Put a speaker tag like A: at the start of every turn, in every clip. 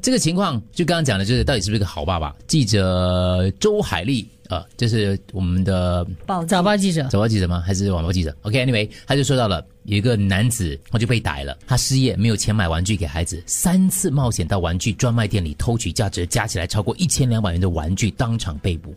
A: 这个情况就刚刚讲的，就是到底是不是个好爸爸？记者周海丽啊、呃，就是我们的
B: 报
C: 早报记者，
A: 早报记者吗？还是晚报记者？OK，Anyway，、他就说到了有一个男子，他就被逮了，他失业，没有钱买玩具给孩子，三次冒险到玩具专卖店里偷取价值加起来超过一千两百元的玩具，当场被捕。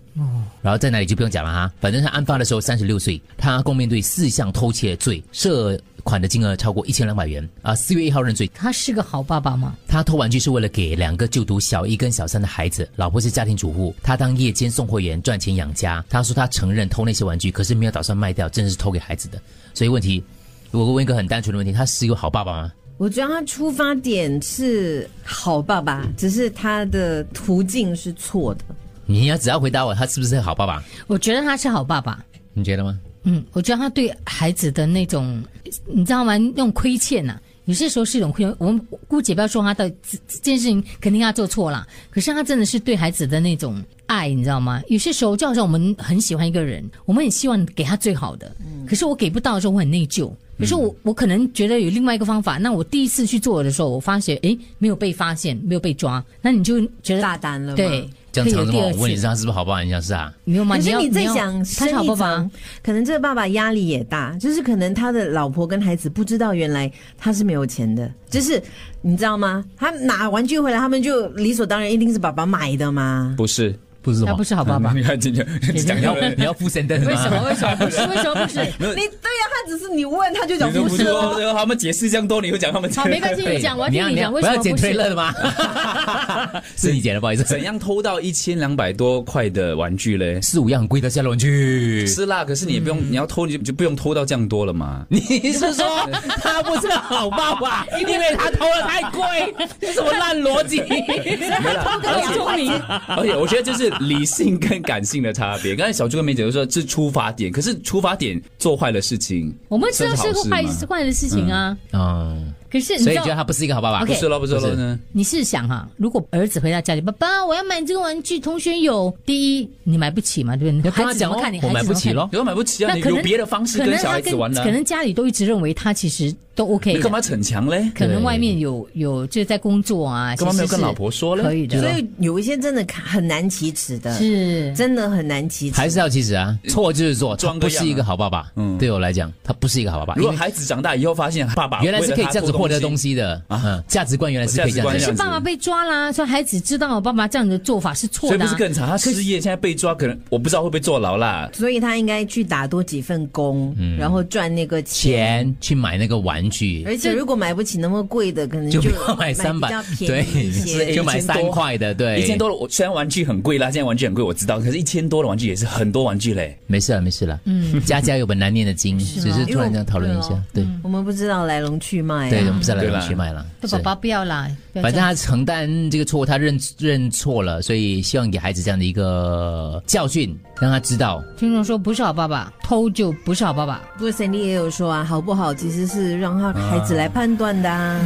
A: 然后在哪里就不用讲了哈，反正他案发的时候三十六岁，他共面对四项偷窃罪，涉款的金额超过一千两百元啊。四月一号认罪，
C: 他是个好爸爸吗？
A: 他偷玩具是为了给两个就读小一跟小三的孩子，老婆是家庭主妇，他当夜间送货员赚钱养家。他说他承认偷那些玩具，可是没有打算卖掉，真的是偷给孩子的。所以问题，我问一个很单纯的问题：他是一个好爸爸
D: 嗯
A: 吗？
B: 我觉得他出发点是好爸爸，只是他的途径是错的。
A: 你要只要回答我，他是不是好爸爸？
C: 我觉得他是好爸爸。
A: 你觉得吗？
C: 嗯，我觉得他对孩子的那种，你知道吗？那种亏欠呐、有些时候是一种亏欠。我们姑且不要说他的这这件事情，肯定他做错了。可是他真的是对孩子的那种爱，你知道吗？有些时候就好像我们很喜欢一个人，我们很希望给他最好的，
B: 嗯
C: 可是我给不到的时候，我很内疚。可是我我可能觉得有另外一个方法。那我第一次去做的时候，我发觉诶没有被发现，没有被抓，那你就觉得
B: 大胆了吗
C: 对，
A: 这样
C: 可
A: 长这
C: 以有
A: 么
C: 第
A: 好，
C: 二
A: 我问你
C: 次
A: 是他是不是好爸爸？你想是啊？
C: 没有吗？
B: 可是
C: 要
B: 你在
C: 要
B: 想
C: 他
B: 深
C: 是好
B: 一
C: 爸
B: 层，
C: 爸。
B: 可能这个爸爸压力也大，就是可能他的老婆跟孩子不知道原来他是没有钱的，就是你知道吗？他拿玩具回来，他们就理所当然一定是爸爸买的嘛。
D: 不是，
A: 不是
C: 他不是好爸爸
D: 你。看今天讲
A: 你
D: 到
A: 要
D: 了
A: 你要付 sentence 吗？
C: 为什么？为什么不是？ 为什么不是？
B: 你对呀、他只是你问他就讲
D: 你都
B: 不
D: 不
B: 是
D: 说，
B: 了。
D: 然后他们解释这样多，你会讲他们
C: 好，没关系，你讲，我要
A: 你
C: 听
A: 要
C: 你
A: 你要
C: 讲，为
A: 我
C: 什
A: 要
C: 么
A: 剪
C: 不
A: 推乐
C: 是？
A: 的吗？是你剪的，不好意思
D: 怎。样偷到一千两百多块的玩具嘞？
A: 四五样贵的下轮去。
D: 是啦，可是你也不用，你要偷你就就不用偷到这样多了 嘛。
A: 你是说他不是好爸爸， 因为他偷的太贵？这什么烂逻辑？
C: 聪明，
D: 而且我觉得这是理性跟感性的差别。刚才小猪跟梅姐都说是出发点，可是出发点做坏了事情，
C: 我们知道是
D: 这好事吗
C: 坏是坏的事情啊。
A: 嗯，
C: 可是你
A: 所
C: 知
A: 以觉得
C: 道，
A: 他不是一个好爸爸
C: OK
D: 不是咯，不是
A: 不
D: 咯
A: 是
D: 呢？
C: 你是想哈、如果儿子回到家里，爸爸，我要买这个玩具，同学有，第一你买不起嘛，对不
A: 你
C: 对？
A: 要跟
C: 孩
A: 他
C: 子怎
A: 讲
C: 么
A: 哦
C: 看你，，
A: 我
C: 孩
A: 买
C: 子
A: 不
C: 怎么
A: 起
C: 看
A: 咯。
D: 有买不起啊，
C: 那
D: 你
C: 可能
D: 有别的方式
C: 可能
D: 跟
C: 他
D: 小孩子玩呢、
C: 可能家里都一直认为他其实都 OK
D: 你干
C: 的，
D: 嘛逞强嘞？
C: 可能
A: 对
C: 外面有有就是在工作啊，
D: 干嘛没有
C: 其实
D: 跟
C: 是
D: 老婆说嘞？
C: 可以的，
B: 所以有一些真的很难启齿的，
C: 是
B: 真的很难启齿。
A: 还是要其实啊，错就是错，他
D: 装
A: 不
D: 个样啊
A: 是一个好爸爸。
D: 嗯
A: 对我来讲，他不是一个好爸爸。
D: 如
A: 因
D: 果
A: 为
D: 孩子长大以后发现爸爸
A: 原来是可以这样子获得
D: 东
A: 东
D: 西，
A: 西的，嗯，价值观原来是可以这样
D: 价
A: 子
D: 值
C: 可
D: 观
C: 是爸爸被抓啦，说孩子知道爸爸这样的做法是错
D: 所以
C: 的、
D: 不
C: 啊，
D: 是更惨？他失业现在被抓，可能我不知道会不会坐牢啦。
B: 所以他应该去打多几份工，然后赚那个
A: 嗯
B: 钱。
A: 钱去买那个玩具，
B: 而且如果买不起那么贵的，可能
A: 就不要
B: 哎买
A: 买三百
B: 比较，便宜一些。
A: 对，就买
D: 一千多
A: 三块的，对，
D: 一千多了，我虽然玩具很贵啦，现在玩具很贵，我知道，可是一千多的玩具也是很多玩具嘞。
A: 没事了，没事了。嗯，家家有本难念的经，只是突然这样讨论一下
B: 因为我。嗯
A: 对，
B: 我们不知道来龙去脉、啊。
A: 对，我们不是来
D: 对啦
A: 龙去脉了。
C: 对
A: 是
C: 爸爸不要啦，不要
A: 反
C: 这
A: 正他
C: 样
A: 承担这个错误，他认认错了，所以希望给孩子这样的一个教训，让他知道。
C: 听众说不是好爸爸，偷就不是好爸爸。
B: 不过 Sandy 也有说啊，好不好其实是让他孩子来判断的、啊。